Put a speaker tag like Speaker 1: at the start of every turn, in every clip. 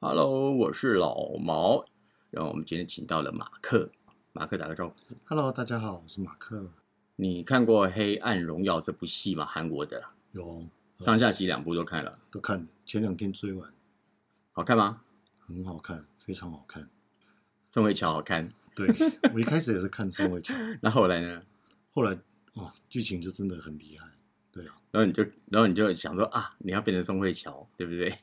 Speaker 1: Hello，我是老毛。然后我们今天请到了马克，马克打个招呼。
Speaker 2: Hello，大家好，我是马克。
Speaker 1: 你看过《黑暗荣耀》这部戏吗？韩国的，
Speaker 2: 有
Speaker 3: 嗯
Speaker 1: 上下集两部都看了，
Speaker 2: 都看，前两天追完，
Speaker 1: 好看吗？
Speaker 2: 很好看，非常好看。
Speaker 1: 宋慧乔好看。
Speaker 2: 对我一开始也是看宋慧乔，
Speaker 1: 那后来呢？
Speaker 2: 后来哦，剧情就真的很厉害。对啊，
Speaker 1: 然后你就，然后你就想说啊，你要变成宋慧乔，对不对？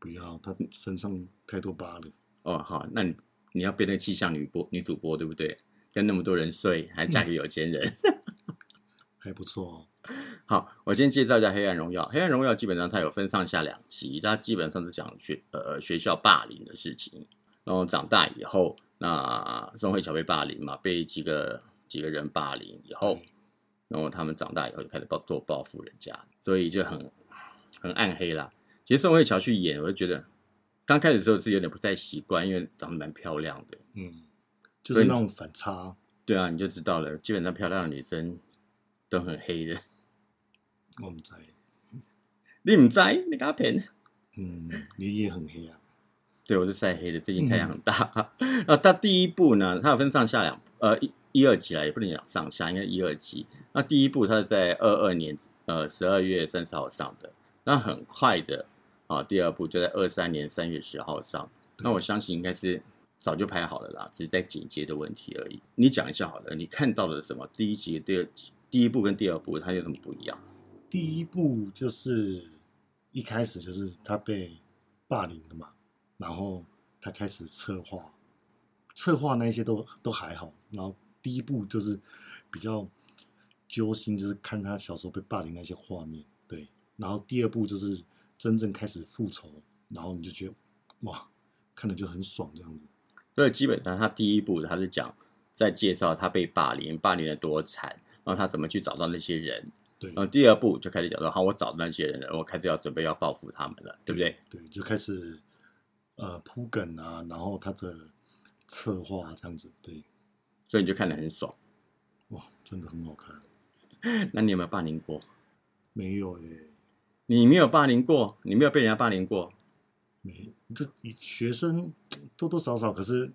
Speaker 2: 不要她身上太多疤了，
Speaker 1: 哦，好，那你你要变成气象女播女主播，对不对？跟那么多人睡，还嫁给有钱人。
Speaker 2: 还不错哦。
Speaker 1: 好，我先介绍一下《黑暗荣耀》。《黑暗荣耀》基本上它有分上下两集，它基本上是讲学呃学校霸凌的事情。然后长大以后，那宋慧乔被霸凌嘛，被几个几个人霸凌以后，然后他们长大以后就开始报做报复人家，所以就很很暗黑啦。其实宋慧乔去演，我就觉得刚开始的时候是有点不太习惯，因为长得蛮漂亮的。
Speaker 2: 嗯，就是那种反差，
Speaker 1: 对啊，你就知道了，基本上漂亮的女生都很黑的。
Speaker 2: 我们在
Speaker 1: 你唔知，你敢骗？
Speaker 2: 嗯，你也很黑啊。
Speaker 1: 对，我是晒黑的，最近太阳很大。 那它第一部呢，它有分上下两呃一一二集啦，也不能讲上下，应该一二集。那第一部它是在二二年呃十二月三十号上的，那很快的啊，第二部就在二三年三月十号上。那我相信应该是早就拍好了啦，只是在剪接的问题而已。你讲一下好了，你看到了什么？第一集、第二集，第一部跟第二部它有什么不一样？
Speaker 2: 第一部就是一开始就是他被霸凌了嘛，然后他开始策划，策划那一些都都还好，然后第一部就是比较揪心，就是看他小时候被霸凌那些画面，对，然后第二部就是真正开始复仇，然后你就觉得哇，看了就很爽这样子，
Speaker 1: 所以基本上他第一步他是讲在介绍他被霸凌，霸凌的多惨，然后他怎么去找到那些人，
Speaker 2: 对
Speaker 1: 然后第二步就开始讲说，好，我找到那些人了，我开始要准备要报复他们了，对不对？
Speaker 2: 对，就开始呃铺梗啊，然后他的策划这样子，对，
Speaker 1: 所以你就看得很爽。
Speaker 2: 哇，真的很好看。
Speaker 1: 那你有没有霸凌过？
Speaker 2: 没有耶，
Speaker 1: 你没有霸凌过，你没有被人家霸凌过，
Speaker 2: 没就学生多多少少，可是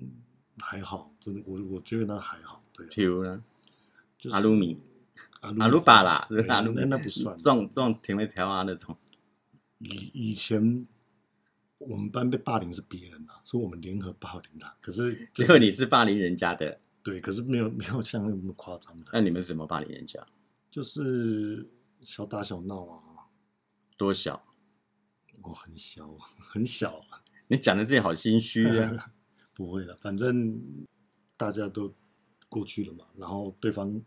Speaker 2: 嗯还好，真的我我觉得那还好，对啊，
Speaker 1: 譬如呢，
Speaker 2: 就是
Speaker 1: 阿鲁米、
Speaker 2: 阿
Speaker 1: 阿鲁巴啦，
Speaker 2: 对
Speaker 1: 是阿鲁米
Speaker 2: 那那不算。
Speaker 1: 撞撞停了条啊那种。
Speaker 2: 以以前我们班被霸凌是别人啊，是我们联合霸凌的，可是就
Speaker 1: 结果
Speaker 2: 是
Speaker 1: 你是霸凌人家的，
Speaker 2: 对，可是没有没有像那么夸张的，
Speaker 1: 那你们是怎么霸凌人家？
Speaker 2: 就是小打小闹啊，
Speaker 1: 多小？
Speaker 2: 哦，很小很小，
Speaker 1: 你讲的自己好心虚啊！
Speaker 2: 不会的，反正大家都过去了嘛，然后对方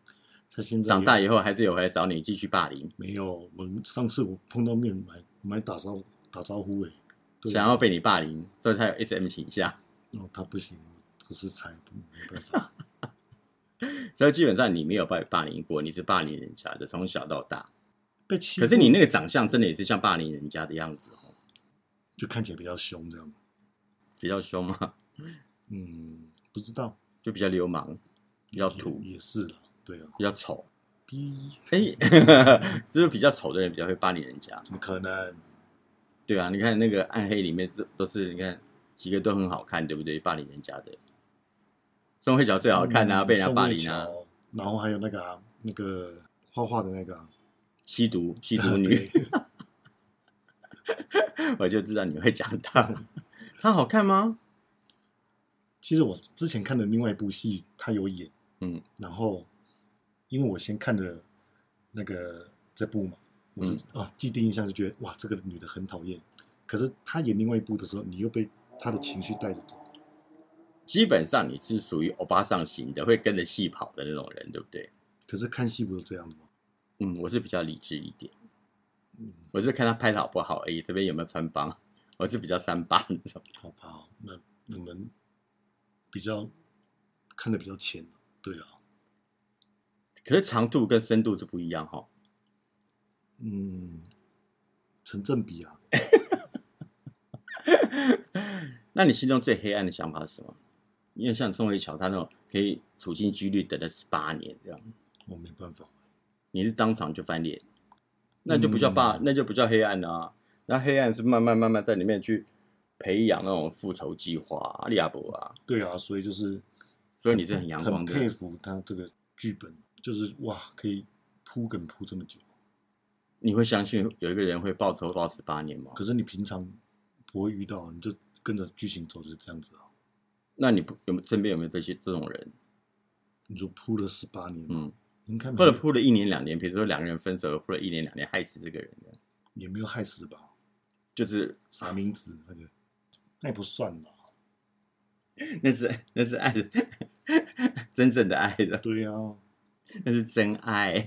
Speaker 2: 他现在
Speaker 1: 长
Speaker 2: 也
Speaker 1: 大以后还是有回来找你继续霸凌。
Speaker 2: 没有，我们上次我碰到面我还我们还打招打招呼欸诶、对
Speaker 1: 想要被你霸凌，所以他有 S M 倾 向，
Speaker 2: 然后他不行，不是才不没办 法，
Speaker 1: 所以基本上你没有被霸凌过，你是霸凌人家的，从小到大。
Speaker 2: 被欺
Speaker 1: 可
Speaker 2: 负。
Speaker 1: 是你那个长相真的也是像霸凌人家的样子哦，
Speaker 2: 就看起来比较凶这样，
Speaker 1: 比较凶 嘛，
Speaker 2: 嗯，不知道，
Speaker 1: 就比较流氓，比较
Speaker 2: 也
Speaker 1: 土，
Speaker 2: 也是啦，对啊，
Speaker 1: 比较丑。
Speaker 2: 逼
Speaker 1: 哎、 就是比较丑的人比较会霸凌人家。
Speaker 2: 怎么可能？
Speaker 1: 对啊，你看那个暗黑里面都都是你看几个都很好看，对不对？霸凌人家的，宋慧乔最好看啊，
Speaker 2: 嗯
Speaker 1: 被人家霸凌，
Speaker 2: 宋
Speaker 1: 啊，
Speaker 2: 慧乔然后还有那个、啊、那个画画的那个、啊，
Speaker 1: 吸毒吸毒 女， 我就知道你会讲 她。她好看吗？
Speaker 2: 其实我之前看的另外一部戏，他有演，
Speaker 1: 嗯，
Speaker 2: 然后因为我先看的那个这部嘛，我就、啊既定印象就觉得哇，这个女的很讨厌。可是她演另外一部的时候，你又被她的情绪带着走。
Speaker 1: 基本上你是属于欧巴上型的，会跟着戏跑的那种人，对不对？
Speaker 2: 可是看戏不是这样的吗？
Speaker 1: 嗯，我是比较理智一点，
Speaker 2: 嗯，
Speaker 1: 我是看他拍的好不好而已，这边有没有穿帮， 我是比较三八那种。
Speaker 2: 好吧，那我们比较看的比较浅，对啊，
Speaker 1: 可是长度跟深度是不一样哈、
Speaker 2: 嗯，成正比啊，
Speaker 1: 那你心中最黑暗的想法是什么？因为像钟伟桥他那种可以处心积虑等了十八年这样，
Speaker 2: 我没办法，
Speaker 1: 你是当场就翻脸，那就不叫霸，那就不叫黑暗啊。那黑暗是慢慢慢慢在里面去培养那种复仇计划啊，利亚伯啊。
Speaker 2: 对啊，所以就是，
Speaker 1: 所以你是很阳光
Speaker 2: 很佩
Speaker 1: 的，
Speaker 2: 服他这个剧本，就是哇，可以铺梗铺这么久，
Speaker 1: 你会相信有一个人会报仇报十八年吗？
Speaker 2: 可是你平常不会遇到，啊你就跟着剧情走就是这样子啊，
Speaker 1: 那你不有没有身边有没有这些这种人？
Speaker 2: 你就铺了十八年，
Speaker 1: 嗯，
Speaker 2: 应该没
Speaker 1: 或者铺了一年两年，比如说两个人分手，铺了一年两年害死这个人的，
Speaker 2: 也没有害死吧，
Speaker 1: 就是
Speaker 2: 啥名字那个，那也不算吧，
Speaker 1: 那是那是爱的，真正的爱的，
Speaker 2: 对啊，
Speaker 1: 那是真爱。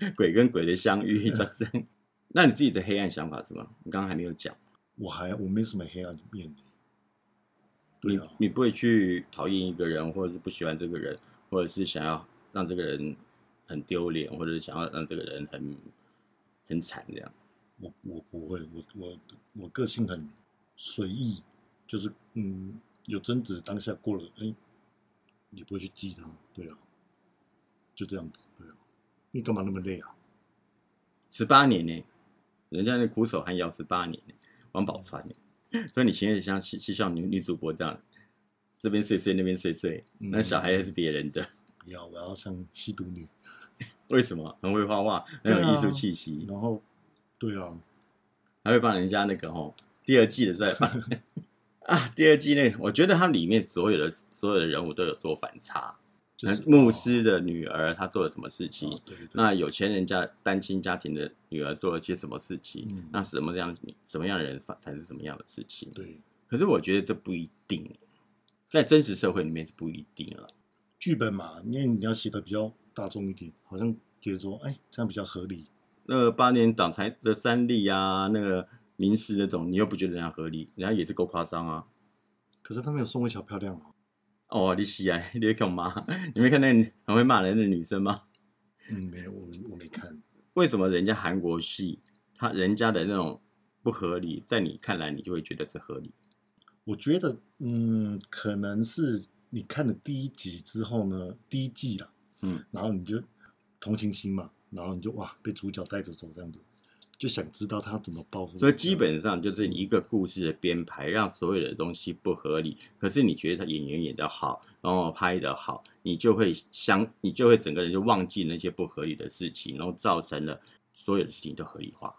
Speaker 1: 鬼鬼跟鬼的相遇叫真。那你自己的黑暗想法是吗？你刚刚还没有讲，
Speaker 2: 我还我没什么黑暗面，对
Speaker 1: 你
Speaker 2: 啊，
Speaker 1: 你不会去讨厌一个人，或者是不喜欢这个人，或者是想要让这个人很丢脸，或者是想要让这个人很很惨这样。
Speaker 2: 我我不会，我我我个性很随意，就是嗯，有争执当下过了，哎、你不会去记它，对啊，就这样子，对啊，你干嘛那么累啊？
Speaker 1: 十八年呢、人家那苦守寒窑十八年呢、王宝钏呢、所以你情愿像西西像女女主播这样，这边碎碎那边碎碎，
Speaker 2: 嗯
Speaker 1: 那小孩也是别人的，
Speaker 2: 不要，我要像吸毒女，
Speaker 1: 为什么？很会画画，很有
Speaker 2: 对啊
Speaker 1: 艺术气息，
Speaker 2: 然后对啊，
Speaker 1: 还会帮人家那个吼第二季的在办 啊，第二季那个我觉得它里面所有的所有的人物都有做反差，
Speaker 2: 就是哦啊
Speaker 1: 牧师的女儿她做了什么事情，
Speaker 2: 哦对对
Speaker 1: 那有钱人家单亲家庭的女儿做了些什么事情，
Speaker 2: 嗯
Speaker 1: 那什么样什么样的人发才是什么样的事情？
Speaker 2: 对
Speaker 1: 可是我觉得这不一定，在真实社会里面是不一定了。
Speaker 2: 剧本嘛，因为你要写的比较大众一点，好像觉得说，哎、这样比较合理，
Speaker 1: 那个八年党才的三例啊，那个民事那种，你又不觉得人家合理，人家也是够夸张啊。
Speaker 2: 可是他没有宋慧乔漂亮啊，
Speaker 1: 哦，你喜啊， 你会看吗？你没看那个很会骂人的女生吗？
Speaker 2: 嗯，没有，我我没看，
Speaker 1: 为什么人家韩国戏，他人家的那种不合理，在你看来你就会觉得是合理？
Speaker 2: 我觉得，嗯，可能是你看了第一集之后呢，第一季啦，
Speaker 1: 嗯，
Speaker 2: 然后你就同情心嘛，然后你就哇被主角带着走这样子，就想知道他怎么报复。
Speaker 1: 所以基本上就是一个故事的编排，让所有的东西不合理。可是你觉得他演员演得好，然后拍得好，你就会相，你就会整个人就忘记那些不合理的事情，然后造成了所有的事情都合理化。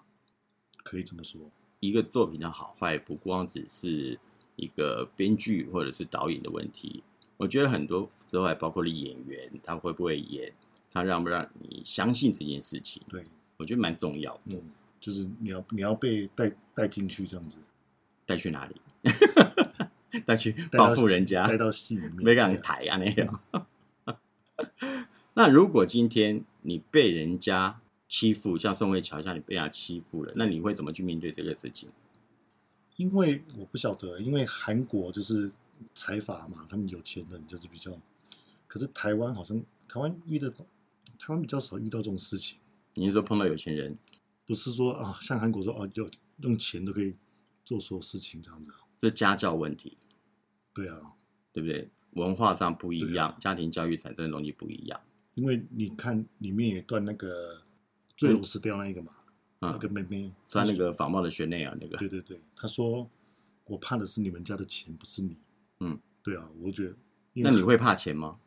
Speaker 2: 可以这么说，
Speaker 1: 一个作品的好坏，不光只是一个编剧或者是导演的问题，我觉得很多之外包括了演员，他会不会演，他让不让你相信这件事情，
Speaker 2: 对，
Speaker 1: 我觉得蛮重要的。
Speaker 2: 嗯，就是你要你要被带带进去这 样子，
Speaker 1: 带去哪里？ 带去
Speaker 2: 带到
Speaker 1: 报复人家，
Speaker 2: 带到戏里面，
Speaker 1: 啊没敢
Speaker 2: 对啊
Speaker 1: 抬啊那样。 那如果今天你被人家欺负，像宋慧乔，像你被人家欺负了，那你会怎么去面对这个事情？
Speaker 2: 因为我不晓得，因为韩国就是财阀嘛，他们有钱人就是比较，可是台湾好像台湾遇得到，台湾比较少遇到这种事情。
Speaker 1: 你是说碰到有钱人，
Speaker 2: 不是说啊，像韩国说啊，有用钱都可以做所有事情这样子啊。
Speaker 1: 这家教问题，
Speaker 2: 对啊，
Speaker 1: 对不对？文化上不一
Speaker 2: 对啊
Speaker 1: 样，家庭教育产生的东西不一样。
Speaker 2: 因为你看里面有一段那个坠楼死掉那一个嘛，那
Speaker 1: 嗯
Speaker 2: 个，妹妹
Speaker 1: 穿那，个仿冒的选内啊，那
Speaker 2: 她
Speaker 1: 个
Speaker 2: 说啊对对对，她说我怕的是你们家的钱，不是你。
Speaker 1: 嗯，
Speaker 2: 对啊，我觉得，因为
Speaker 1: 那你会怕钱吗？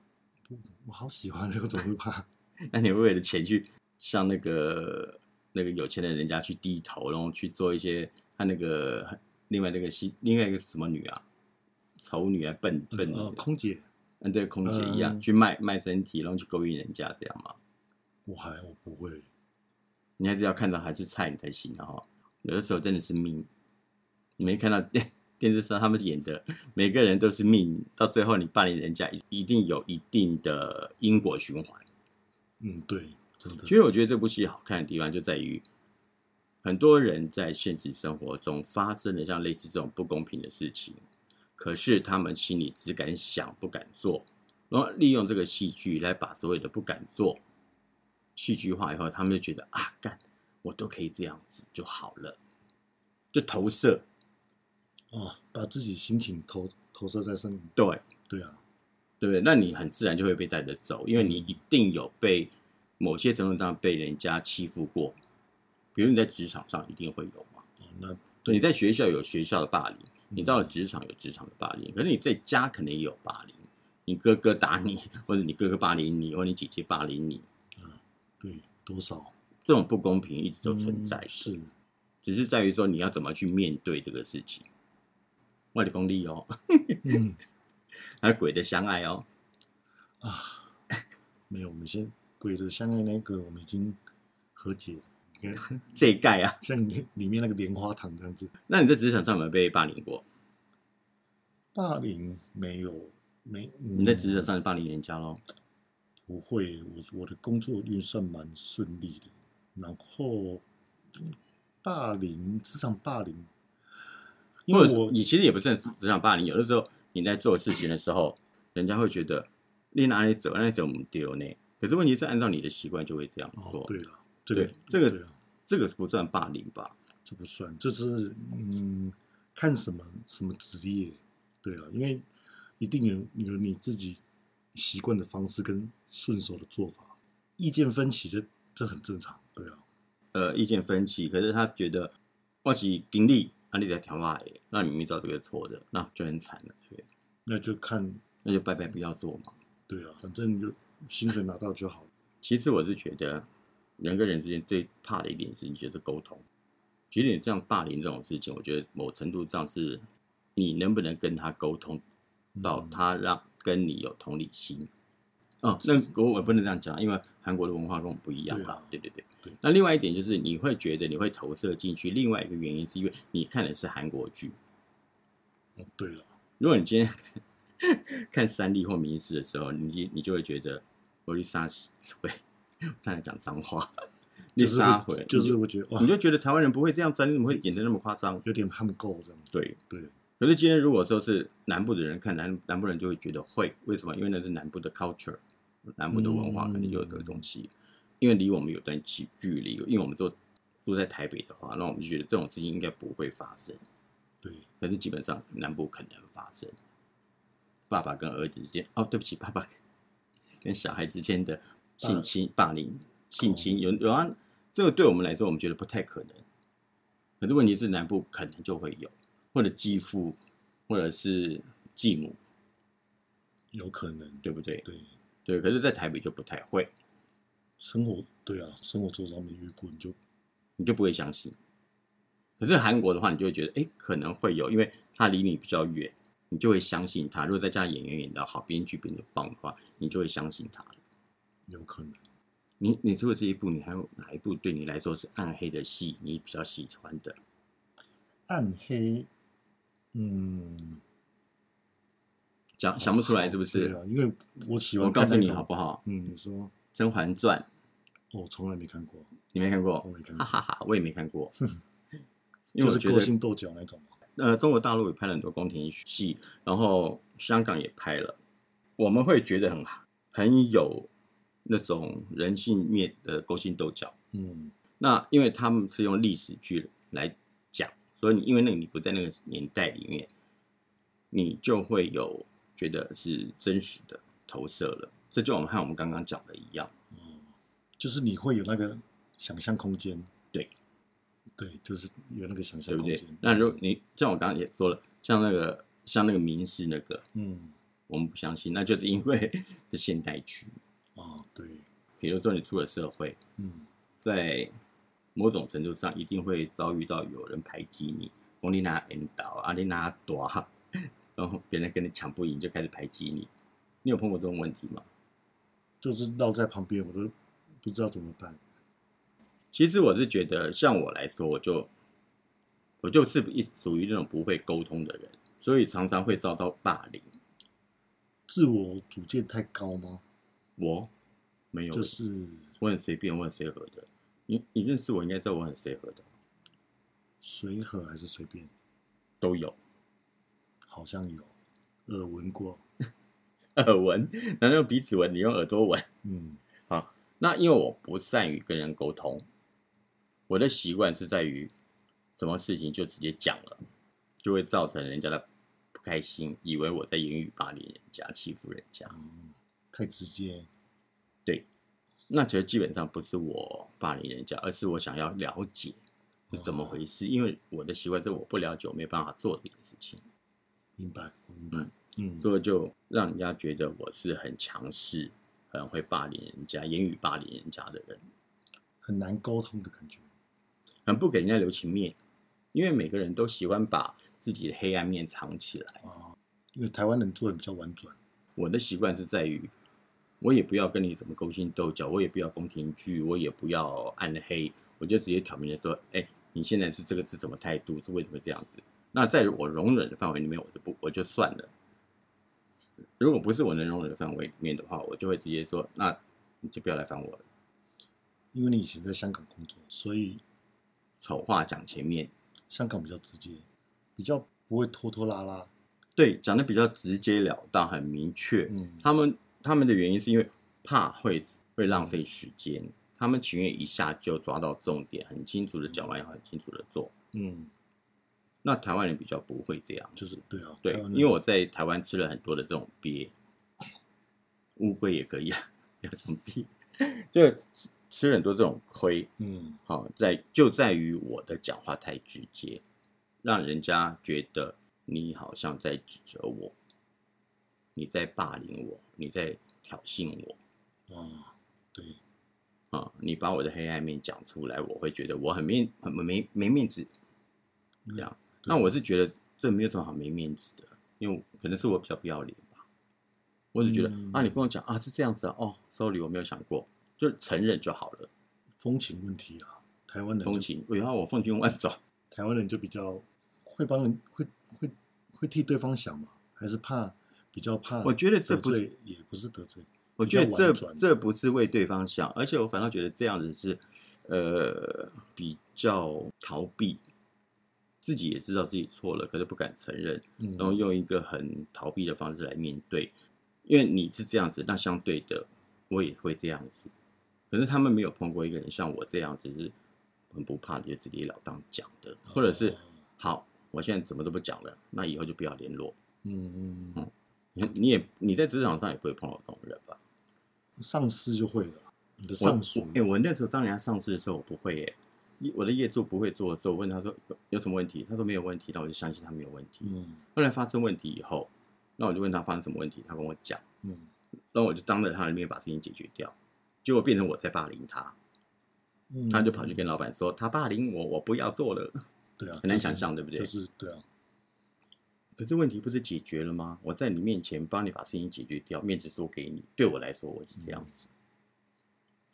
Speaker 2: 我好喜欢这个，怎么会 怕？
Speaker 1: 那你会为了钱去向那个那个有钱的人家去低头，然后去做一些他那个另外那个西另外一个什么女啊，丑女啊，笨笨女
Speaker 2: 呃，
Speaker 1: 的，
Speaker 2: 空姐，
Speaker 1: 嗯，对，空姐一样、
Speaker 2: 嗯
Speaker 1: 去卖卖身体，然后去勾引人家这样嘛？
Speaker 2: 我还我不会，
Speaker 1: 你还是要看到还是菜你才行的哈。有的时候真的是命，你没看到电 电视上他们演的，每个人都是命，到最后你霸凌人家，一一定有一定的因果循环。
Speaker 2: 嗯，对，真的
Speaker 1: 其，实我觉得这部戏好看的地方就在于，很多人在现实生活中发生了像类似这种不公平的事情，可是他们心里只敢想不敢做，然后利用这个戏剧来把所有的不敢做戏剧化以后，他们就觉得啊，干我都可以这样子就好了，就投射
Speaker 2: 哦，把自己心情投投射在身，
Speaker 1: 对，
Speaker 2: 对啊，
Speaker 1: 对不对？那你很自然就会被带着走，因为你一定有被某些程度上被人家欺负过，比如你在职场上一定会有嘛。
Speaker 2: 哦那
Speaker 1: 你在学校有学校的霸凌，
Speaker 2: 嗯
Speaker 1: 你到了职场有职场的霸凌，可是你在家可能也有霸凌，你哥哥打你， 或者你哥哥霸凌你，或者你姐姐霸凌你，
Speaker 2: 对多少
Speaker 1: 这种不公平一直都存在，
Speaker 2: 嗯是
Speaker 1: 只是在于说你要怎么去面对这个事情。外力功力哦，
Speaker 2: 嗯
Speaker 1: 还有鬼的相爱哦，
Speaker 2: 啊，没有，我们先鬼的相爱那个我们已经和解了，应该
Speaker 1: 这一盖啊。
Speaker 2: 像里里面那个莲花糖这样子，
Speaker 1: 那你在职场上有没有被霸凌过？
Speaker 2: 霸凌没有没
Speaker 1: 你
Speaker 2: 你
Speaker 1: 在职场上霸凌人家喽？
Speaker 2: 不会，我我的工作运算蛮顺利的。然后嗯霸凌，职场霸凌，因
Speaker 1: 或
Speaker 2: 为
Speaker 1: 者
Speaker 2: 我
Speaker 1: 是你其实也不是很职场霸凌，有的时候你在做事情的时候，人家会觉得你哪里走，哪里走不丢呢？可是问题是，按照你的习惯就会这样做，
Speaker 2: 哦，对了，这个
Speaker 1: 对这个
Speaker 2: 对啊
Speaker 1: 这个不算霸凌吧？
Speaker 2: 这不算，这是嗯，看什么什么职业，对啊，因为一定有有你自己习惯的方式跟顺手的做法，意见分歧这这很正常，对啊，
Speaker 1: 呃，意见分歧，可是他觉得我是经历，啊，你在调话耶，那你明明知道这个是错的，那就很惨了，对不对？
Speaker 2: 那就看
Speaker 1: 那就拜拜，不要做嘛。
Speaker 2: 对啊，反正就薪水拿到就好了，
Speaker 1: 其实我是觉得人跟人之间最怕的一点事情就是沟通。其实你这样霸凌这种事情，我觉得某程度上是你能不能跟他沟通到
Speaker 2: 嗯
Speaker 1: 他让跟你有同理心。哦，那国我不能这样讲，因为韩国的文化跟我们不一样
Speaker 2: 对
Speaker 1: 啦
Speaker 2: 啊。
Speaker 1: 对对对
Speaker 2: 对
Speaker 1: 那另外一点就是你会觉得你会投射进去，另外一个原因是因为你看的是韩国剧。
Speaker 2: 哦对了，
Speaker 1: 如果你今天 看三立或民视的时候，你你就会觉得 我去杀回，差点讲脏话，你
Speaker 2: 就是
Speaker 1: 杀回
Speaker 2: 会，就是我觉得哇
Speaker 1: 你就觉得台湾人不会这样子啊，你怎么会演的那么夸张？
Speaker 2: 有点他们够这样子，
Speaker 1: 对，
Speaker 2: 对，
Speaker 1: 可是今天如果说是南部的人看南南部人就会觉得会，为什么？因为那是南部的 culture，南部的文化
Speaker 2: 嗯
Speaker 1: 可能就有这个东西，因为离我们有段距距离，因为我们都住在台北的话，那我们就觉得这种事情应该不会发生。
Speaker 2: 对，
Speaker 1: 可是基本上南部可能发生。爸爸跟儿子之间，哦，对不起，爸爸跟小孩之间的性侵、霸凌、性侵，有有啊，这个对我们来说，我们觉得不太可能。可是问题是，南部可能就会有，或者继父，或者是继母，
Speaker 2: 有可能，
Speaker 1: 对不对？
Speaker 2: 对，
Speaker 1: 对，可是，在台北就不太会，
Speaker 2: 生活对啊，生活周遭没遇过，你就
Speaker 1: 你就不会相信。可是韩国的话，你就会觉得，哎，可能会有，因为他离你比较远，你就会相信他。如果再加上演员演得好，编剧编得棒的话，你就会相信他了。
Speaker 2: 有可能。
Speaker 1: 你你除了这一部，你还有哪一部对你来说是暗黑的戏，你比较喜欢的？
Speaker 2: 暗黑，嗯，
Speaker 1: 想想不出来是不
Speaker 2: 对啊
Speaker 1: 是？，
Speaker 2: 因为我喜欢。
Speaker 1: 我告诉你好不？好，
Speaker 2: 嗯，你说，
Speaker 1: 《甄嬛传
Speaker 2: 我从来没看过，》
Speaker 1: 你没看
Speaker 2: 我
Speaker 1: 过？
Speaker 2: 没看
Speaker 1: 哈
Speaker 2: 过，
Speaker 1: 哈哈，我也没看过，啊因
Speaker 2: 嗯
Speaker 1: 为
Speaker 2: 就
Speaker 1: 我
Speaker 2: 是
Speaker 1: 觉
Speaker 2: 勾心
Speaker 1: 得
Speaker 2: 斗角那种嘛。
Speaker 1: 呃，中国大陆也拍了很多宫廷戏，然后香港也拍了，我们会觉得很很有那种人性面的勾心斗角。
Speaker 2: 嗯，
Speaker 1: 那因为他们是用历史剧来讲，所以你因为那个你不在那个年代里面，你就会有觉得是真实的投射了。这就我们和我们刚刚讲的一样，
Speaker 2: 哦就是你会有那个想象空间。
Speaker 1: 对，
Speaker 2: 对，就是有那个想
Speaker 1: 对
Speaker 2: 象
Speaker 1: 不
Speaker 2: 空
Speaker 1: 对
Speaker 2: 间。？
Speaker 1: 那如果你像我刚刚也说了，像那个像那个民事那个，
Speaker 2: 嗯，
Speaker 1: 我们不相信，那就是因为 是现代剧。
Speaker 2: 啊，对，
Speaker 1: 比如说你出了社会，
Speaker 2: 嗯，
Speaker 1: 在某种程度上一定会遭遇到有人排挤你，讲你拿引导啊，你拿短，然后别人跟你抢不赢就开始排挤你。你有碰过这种问题吗？
Speaker 2: 就是绕在旁边，我都不知道怎么办。
Speaker 1: 其实我是觉得，像我来说，我就我就是一属于那种不会沟通的人，所以常常会遭到霸凌。
Speaker 2: 自我主见太高吗？
Speaker 1: 我没有，
Speaker 2: 就是
Speaker 1: 我很随便，我很随和的。你你认识我，应该知道我很随和的。
Speaker 2: 随和还是随便？
Speaker 1: 都有
Speaker 2: 好像有耳闻过，
Speaker 1: 耳闻，难道用鼻子闻？你用耳朵闻？
Speaker 2: 嗯，
Speaker 1: 那因为我不善于跟人沟通，我的习惯是在于什么事情就直接讲了，就会造成人家的不开心，以为我在言语霸凌人家、欺负人家。
Speaker 2: 嗯太直接，
Speaker 1: 那其实基本上不是我霸凌人家，而是我想要了解是怎么回事，因为我的习惯是我不了解，我没有办法做这件事情，
Speaker 2: 明白，我明白，嗯，
Speaker 1: 所以就让人家觉得我是很强势、很会霸凌人家、言语霸凌人家的人。
Speaker 2: 很难沟通的感觉，
Speaker 1: 很不给人家留情面，因为每个人都喜欢把自己的黑暗面藏起来。
Speaker 2: 因为台湾人做人比较婉转，
Speaker 1: 我的习惯是在于，我也不要跟你怎么勾心斗角，我也不要宫廷剧，我也不要暗黑，我就直接挑明的说，哎、你现在是这个是什么态度，是为什么这样子？那在我容忍的范围里面，我就不我就算了。如果不是我能容忍的范围里面的话，我就会直接说，那你就不要来烦我了。
Speaker 2: 因为你以前在香港工作，所以
Speaker 1: 丑话讲前面，
Speaker 2: 香港比较直接，比较不会拖拖拉拉，
Speaker 1: 对，讲的比较直截了当，很明确。
Speaker 2: 嗯，
Speaker 1: 他们他们的原因是因为怕会会浪费时间，他们情愿一下就抓到重点，很清楚的讲完，也很清楚的做。
Speaker 2: 嗯，
Speaker 1: 那台湾人比较不会这样，
Speaker 2: 就是对啊，
Speaker 1: 对
Speaker 2: 台湾，人
Speaker 1: 因为我在台湾吃了很多的这种鳖，乌龟也可以啊， 不要讲鳖，就吃吃了很多这种亏。
Speaker 2: 嗯
Speaker 1: 好、在就在于我的讲话太直接，让人家觉得你好像在指责我，你在霸凌我，你在挑衅我。
Speaker 2: 啊，对，
Speaker 1: 啊、你把我的黑暗面讲出来，我会觉得我很面很没没面子。
Speaker 2: 嗯
Speaker 1: 这样，那我是觉得这没有什么好没面子的，因为可能是我比较不要脸吧。我只觉得、
Speaker 2: 嗯
Speaker 1: 啊，你跟我讲啊是这样子啊，哦，sorry，我没有想过，就承认就好了。
Speaker 2: 风情问题啊，台湾人就
Speaker 1: 风情，然后我奉劝万种，
Speaker 2: 台湾人就比较会帮人会会会替对方想嘛，还是怕比较怕，
Speaker 1: 我觉得这
Speaker 2: 得
Speaker 1: 不是
Speaker 2: 罪也不是得罪，
Speaker 1: 我觉得
Speaker 2: 比较
Speaker 1: 这
Speaker 2: 婉转
Speaker 1: 这不是为对方想，而且我反倒觉得这样子是，呃，比较逃避，自己也知道自己错了，可是不敢承认，
Speaker 2: 嗯，
Speaker 1: 然后用一个很逃避的方式来面对，因为你是这样子，那相对的我也会这样子，可是他们没有碰过一个人像我这样子是很不怕的，就直截了当讲的，或者
Speaker 2: 哦
Speaker 1: 是好，我现在什么都不讲了，那以后就不要联络。
Speaker 2: 嗯嗯嗯，
Speaker 1: 你你也你在职场上也不会碰到这种人吧？
Speaker 2: 上司就会了，你的
Speaker 1: 我
Speaker 2: 上属
Speaker 1: 哎、我那时候当人家上市的时候，我不会哎、业我的业主不会做的时候，我问他说有有什么问题，他说没有问题，那我就相信他没有问题。
Speaker 2: 嗯
Speaker 1: 后来发生问题以后，那我就问他发生什么问题，他跟我讲，
Speaker 2: 嗯，
Speaker 1: 然后我就当着他的面把事情解决掉，结果变成我在霸凌他，
Speaker 2: 嗯
Speaker 1: 他就跑去跟老板说他霸凌我，我不要做了。
Speaker 2: 对啊，
Speaker 1: 很难
Speaker 2: 就是
Speaker 1: 想象对不对
Speaker 2: 就是对啊，
Speaker 1: 可是问题不是解决了吗？我在你面前帮你把事情解决掉，面子多给你。对我来说，我是这样子。
Speaker 2: 嗯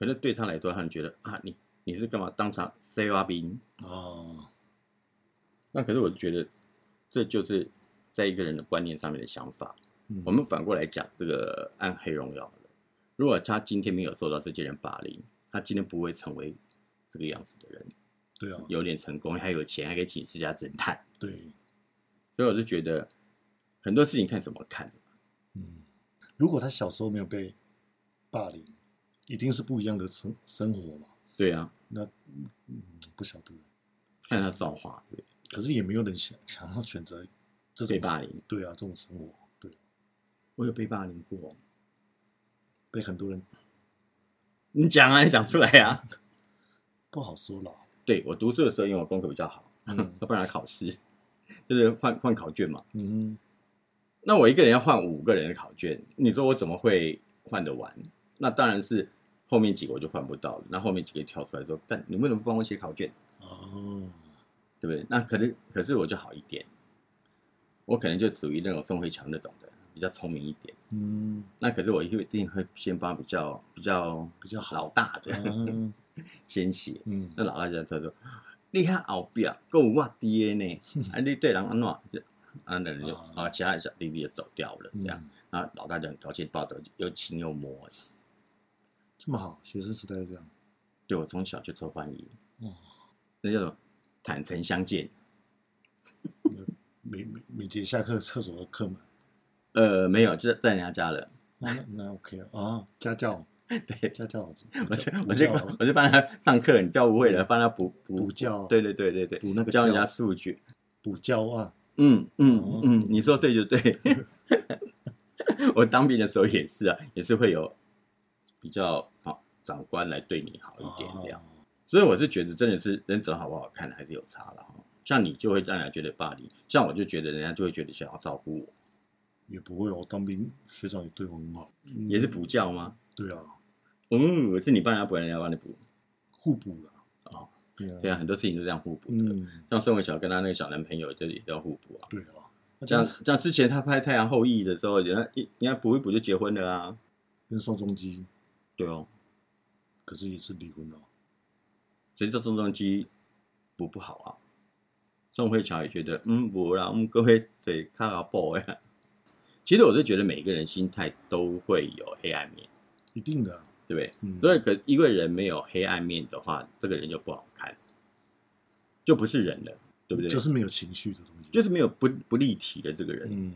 Speaker 1: 可是对他来说，他们觉得啊，你你是干嘛当场 C 挖兵？
Speaker 2: 哦，
Speaker 1: 那可是我觉得，这就是在一个人的观念上面的想法。
Speaker 2: 嗯
Speaker 1: 我们反过来讲这个暗黑荣耀好了如果他今天没有受到这些人霸凌，他今天不会成为这个样子的人，
Speaker 2: 对啊，
Speaker 1: 有点成功，还有钱，还可以请私家侦探。
Speaker 2: 对，
Speaker 1: 所以我就觉得很多事情看怎么看，
Speaker 2: 嗯，如果他小时候没有被霸凌，一定是不一样的生生活嘛，
Speaker 1: 对啊，
Speaker 2: 那嗯不晓得，
Speaker 1: 看他造化，对不对
Speaker 2: 可是也没有人想想要选择这种
Speaker 1: 被霸凌，
Speaker 2: 对啊，这种生活，对，
Speaker 1: 我有被霸凌过，
Speaker 2: 被很多人
Speaker 1: 你讲啊，你讲出来啊。
Speaker 2: 不好说啦。
Speaker 1: 对我读书的时候，因为我功课比较好，
Speaker 2: 嗯
Speaker 1: 要不然考试就是换换考卷嘛。
Speaker 2: 嗯，
Speaker 1: 那我一个人要换五个人的考卷，你说我怎么会换得完？那当然是后面几个我就换不到了，那后面几个跳出来说：“但你为什么不帮我写考卷？
Speaker 2: 哦，
Speaker 1: 对不对？”那可能可是我就好一点，我可能就属于那种宋慧乔那种的，比较聪明一点。
Speaker 2: 嗯，
Speaker 1: 那可是我一定会先帮比较比较
Speaker 2: 比较好
Speaker 1: 老大 的、
Speaker 2: 嗯
Speaker 1: 先写。
Speaker 2: 嗯
Speaker 1: 那，老大就在说：“你遐后壁啊够有我爹呢，啊，你对人安怎？”就啊，那人就
Speaker 2: 啊
Speaker 1: 啊，其他人小弟弟就走掉了，这样。
Speaker 2: 嗯
Speaker 1: 然后老大就很高兴，抱着我又亲又摸我。
Speaker 2: 这么好，学生时代这样，
Speaker 1: 对我从小就受欢迎，
Speaker 2: 哦，
Speaker 1: 那叫什么？坦诚相见。
Speaker 2: 每每每节下课厕所都客满，
Speaker 1: 呃，没有，就在人家家了。
Speaker 2: 那那那 OK 啊啊，家教
Speaker 1: 对，
Speaker 2: 家教老师，
Speaker 1: 我就
Speaker 2: 补
Speaker 1: 我就
Speaker 2: 教老
Speaker 1: 我就帮他上课，你不要误会了，帮他补补
Speaker 2: 补。教
Speaker 1: 对对对对对，
Speaker 2: 补那个
Speaker 1: 教人
Speaker 2: 教
Speaker 1: 家数据。
Speaker 2: 补教啊，
Speaker 1: 嗯嗯
Speaker 2: 哦
Speaker 1: 嗯，你说对就对。我当兵的时候也是啊，也是会有比较好长官来对你好一点这样。
Speaker 2: 哦
Speaker 1: 所以我是觉得真的是人长好不好看还是有差了哈。像你就会让人家觉得霸凌，像我就觉得人家就会觉得想要照顾我，
Speaker 2: 也不会哦，当兵学长也对我很好，嗯
Speaker 1: 也是补教吗？
Speaker 2: 对啊，
Speaker 1: 嗯，是你帮人家补，人家帮你补，
Speaker 2: 互补啦。
Speaker 1: 哦，
Speaker 2: 对啊，
Speaker 1: 对啊，很多事情都这样互补的。
Speaker 2: 嗯，
Speaker 1: 像宋慧乔跟她那个小男朋友就也叫互补啊。
Speaker 2: 对啊，那
Speaker 1: 像像之前她拍《太阳后裔》的时候，人家一人家补一补就结婚了啊。
Speaker 2: 跟宋仲基，
Speaker 1: 对哦，
Speaker 2: 可是也是离婚了，
Speaker 1: 谁知道宋仲基补不好啊？宋慧乔也觉得，嗯，不啦，我们各位嘴看啊爆哎。其实我是觉得每个人心态都会有黑暗面，
Speaker 2: 一定的啊，
Speaker 1: 对不对？
Speaker 2: 嗯，
Speaker 1: 所以可一个人没有黑暗面的话，这个人就不好看，就不是人了，对不对？
Speaker 2: 就是没有情绪的东西，
Speaker 1: 就是没有不不立体的这个人，
Speaker 2: 嗯，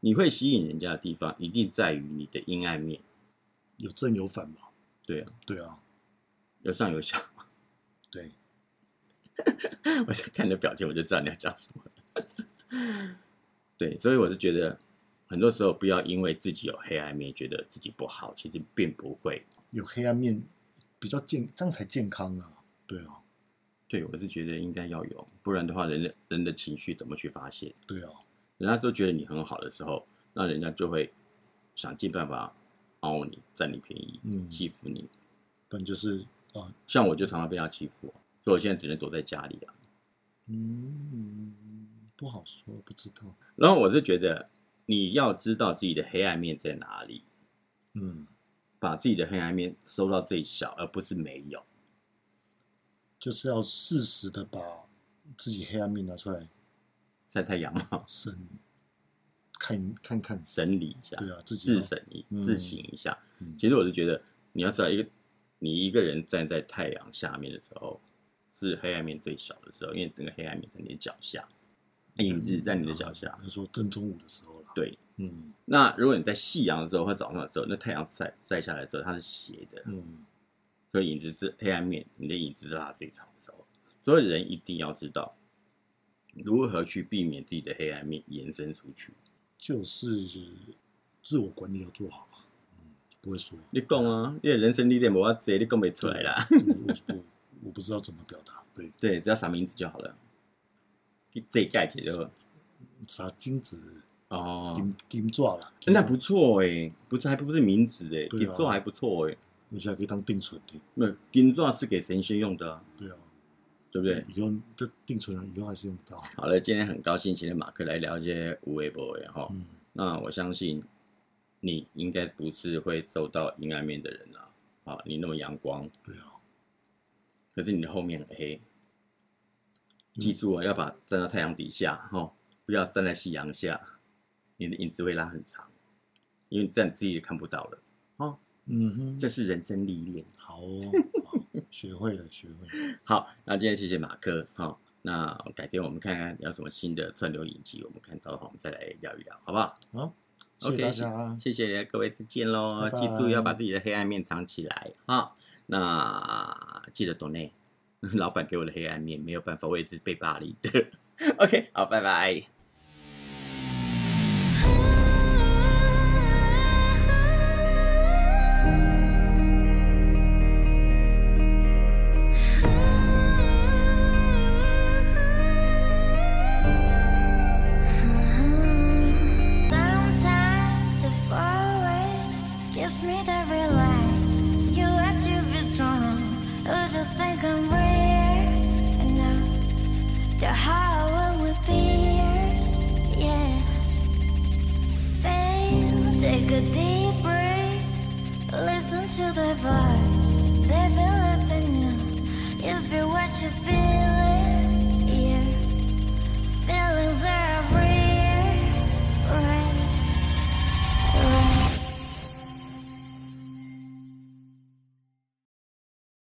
Speaker 1: 你会吸引人家的地方，一定在于你的阴暗面，
Speaker 2: 有正有反嘛，
Speaker 1: 对啊，
Speaker 2: 对啊，
Speaker 1: 有上有下。
Speaker 2: 对，
Speaker 1: 我就看你的表情，我就知道你要讲什么。 对，所以我就觉得，很多时候不要因为自己有黑暗面，觉得自己不好，其实并不会。
Speaker 2: 有黑暗面，比较健，这样才健康啊，对啊，
Speaker 1: 对我是觉得应该要有，不然的话人，的人的情绪怎么去发泄？
Speaker 2: 对啊，
Speaker 1: 人家都觉得你很好的时候，那人家就会想尽办法凹你、占你便宜、
Speaker 2: 嗯
Speaker 1: 欺负你。
Speaker 2: 不然就是啊，
Speaker 1: 像我就常常被他欺负啊、所以我现在只能躲在家里啊。
Speaker 2: 嗯，不好说，不知道，
Speaker 1: 然后我就觉得，你要知道自己的黑暗面在哪里，
Speaker 2: 嗯，
Speaker 1: 把自己的黑暗面收到最小，而不是没有。
Speaker 2: 就是要适时的把自己黑暗面拿出来，
Speaker 1: 晒太阳嘛，
Speaker 2: 审，看看看，
Speaker 1: 整理一下，
Speaker 2: 对啊，自己
Speaker 1: 自
Speaker 2: 要
Speaker 1: 省一、
Speaker 2: 嗯
Speaker 1: 自省一下。
Speaker 2: 嗯
Speaker 1: 其实我是觉得，你要知道，一个你一个人站在太阳下面的时候，是黑暗面最小的时候，因为整个黑暗面在你的脚下，影子在你的脚下。
Speaker 2: 啊你说正中午的时候啦，
Speaker 1: 对，
Speaker 2: 嗯
Speaker 1: 那如果你在夕阳的时候或早上的时候，那太阳晒晒下来的时候，它是斜的，
Speaker 2: 嗯，
Speaker 1: 所以影子是黑暗面，你的影子是它最长的时候。所以人一定要知道如何去避免自己的黑暗面延伸出去。
Speaker 2: 就是自我管理要做好，嗯，不会说，
Speaker 1: 你讲啊，你的人生历练无法多，你讲不出来啦。
Speaker 2: 对我我我我不知道怎么表达，对，
Speaker 1: 对，只要啥名字就好了，这一盖解就好
Speaker 2: 啥金子
Speaker 1: 哦。
Speaker 2: 金金爪啦，
Speaker 1: 那不错哎、不是还不是名字哎、
Speaker 2: 对啊
Speaker 1: 金钻还不错哎、
Speaker 2: 而且还可以当定存的，
Speaker 1: 那金钻是给神仙用的、啊，
Speaker 2: 对啊，
Speaker 1: 对不对？
Speaker 2: 以后这定存啊，以后还是用不到，
Speaker 1: 好了，今天很高兴请了马克来聊一些无微博的哈。
Speaker 2: 嗯，
Speaker 1: 那我相信你应该不是会受到阴暗面的人啦、啊。你那么阳光，
Speaker 2: 对啊，
Speaker 1: 可是你的后面很黑。
Speaker 2: 嗯
Speaker 1: 记住啊，要把站到太阳底下哦，不要站在夕阳下，你的影子会拉很长，因为这样你自己也看不到了。
Speaker 2: 嗯哼，
Speaker 1: 这是人生历练。
Speaker 2: 好哦， 好学会了，学会了，
Speaker 1: 好，那今天谢谢马克。好、那改天我们看看有什么新的串流影集，我们看到的话，我们再来聊一聊，好不好
Speaker 2: 好，谢谢大家啊
Speaker 1: o k 谢谢各位，再见喽！
Speaker 2: 拜拜
Speaker 1: 记住要把自己的黑暗面藏起来啊、那记得 donate，老板给我的黑暗面没有办法，我也是被霸凌的。OK，好，拜拜。
Speaker 4: Sometimes the forest gives me the realize you have to be strong. Or you think I'm weird and now the hollow will be yours, yeah. Fail, take a deep breath, listen to the voice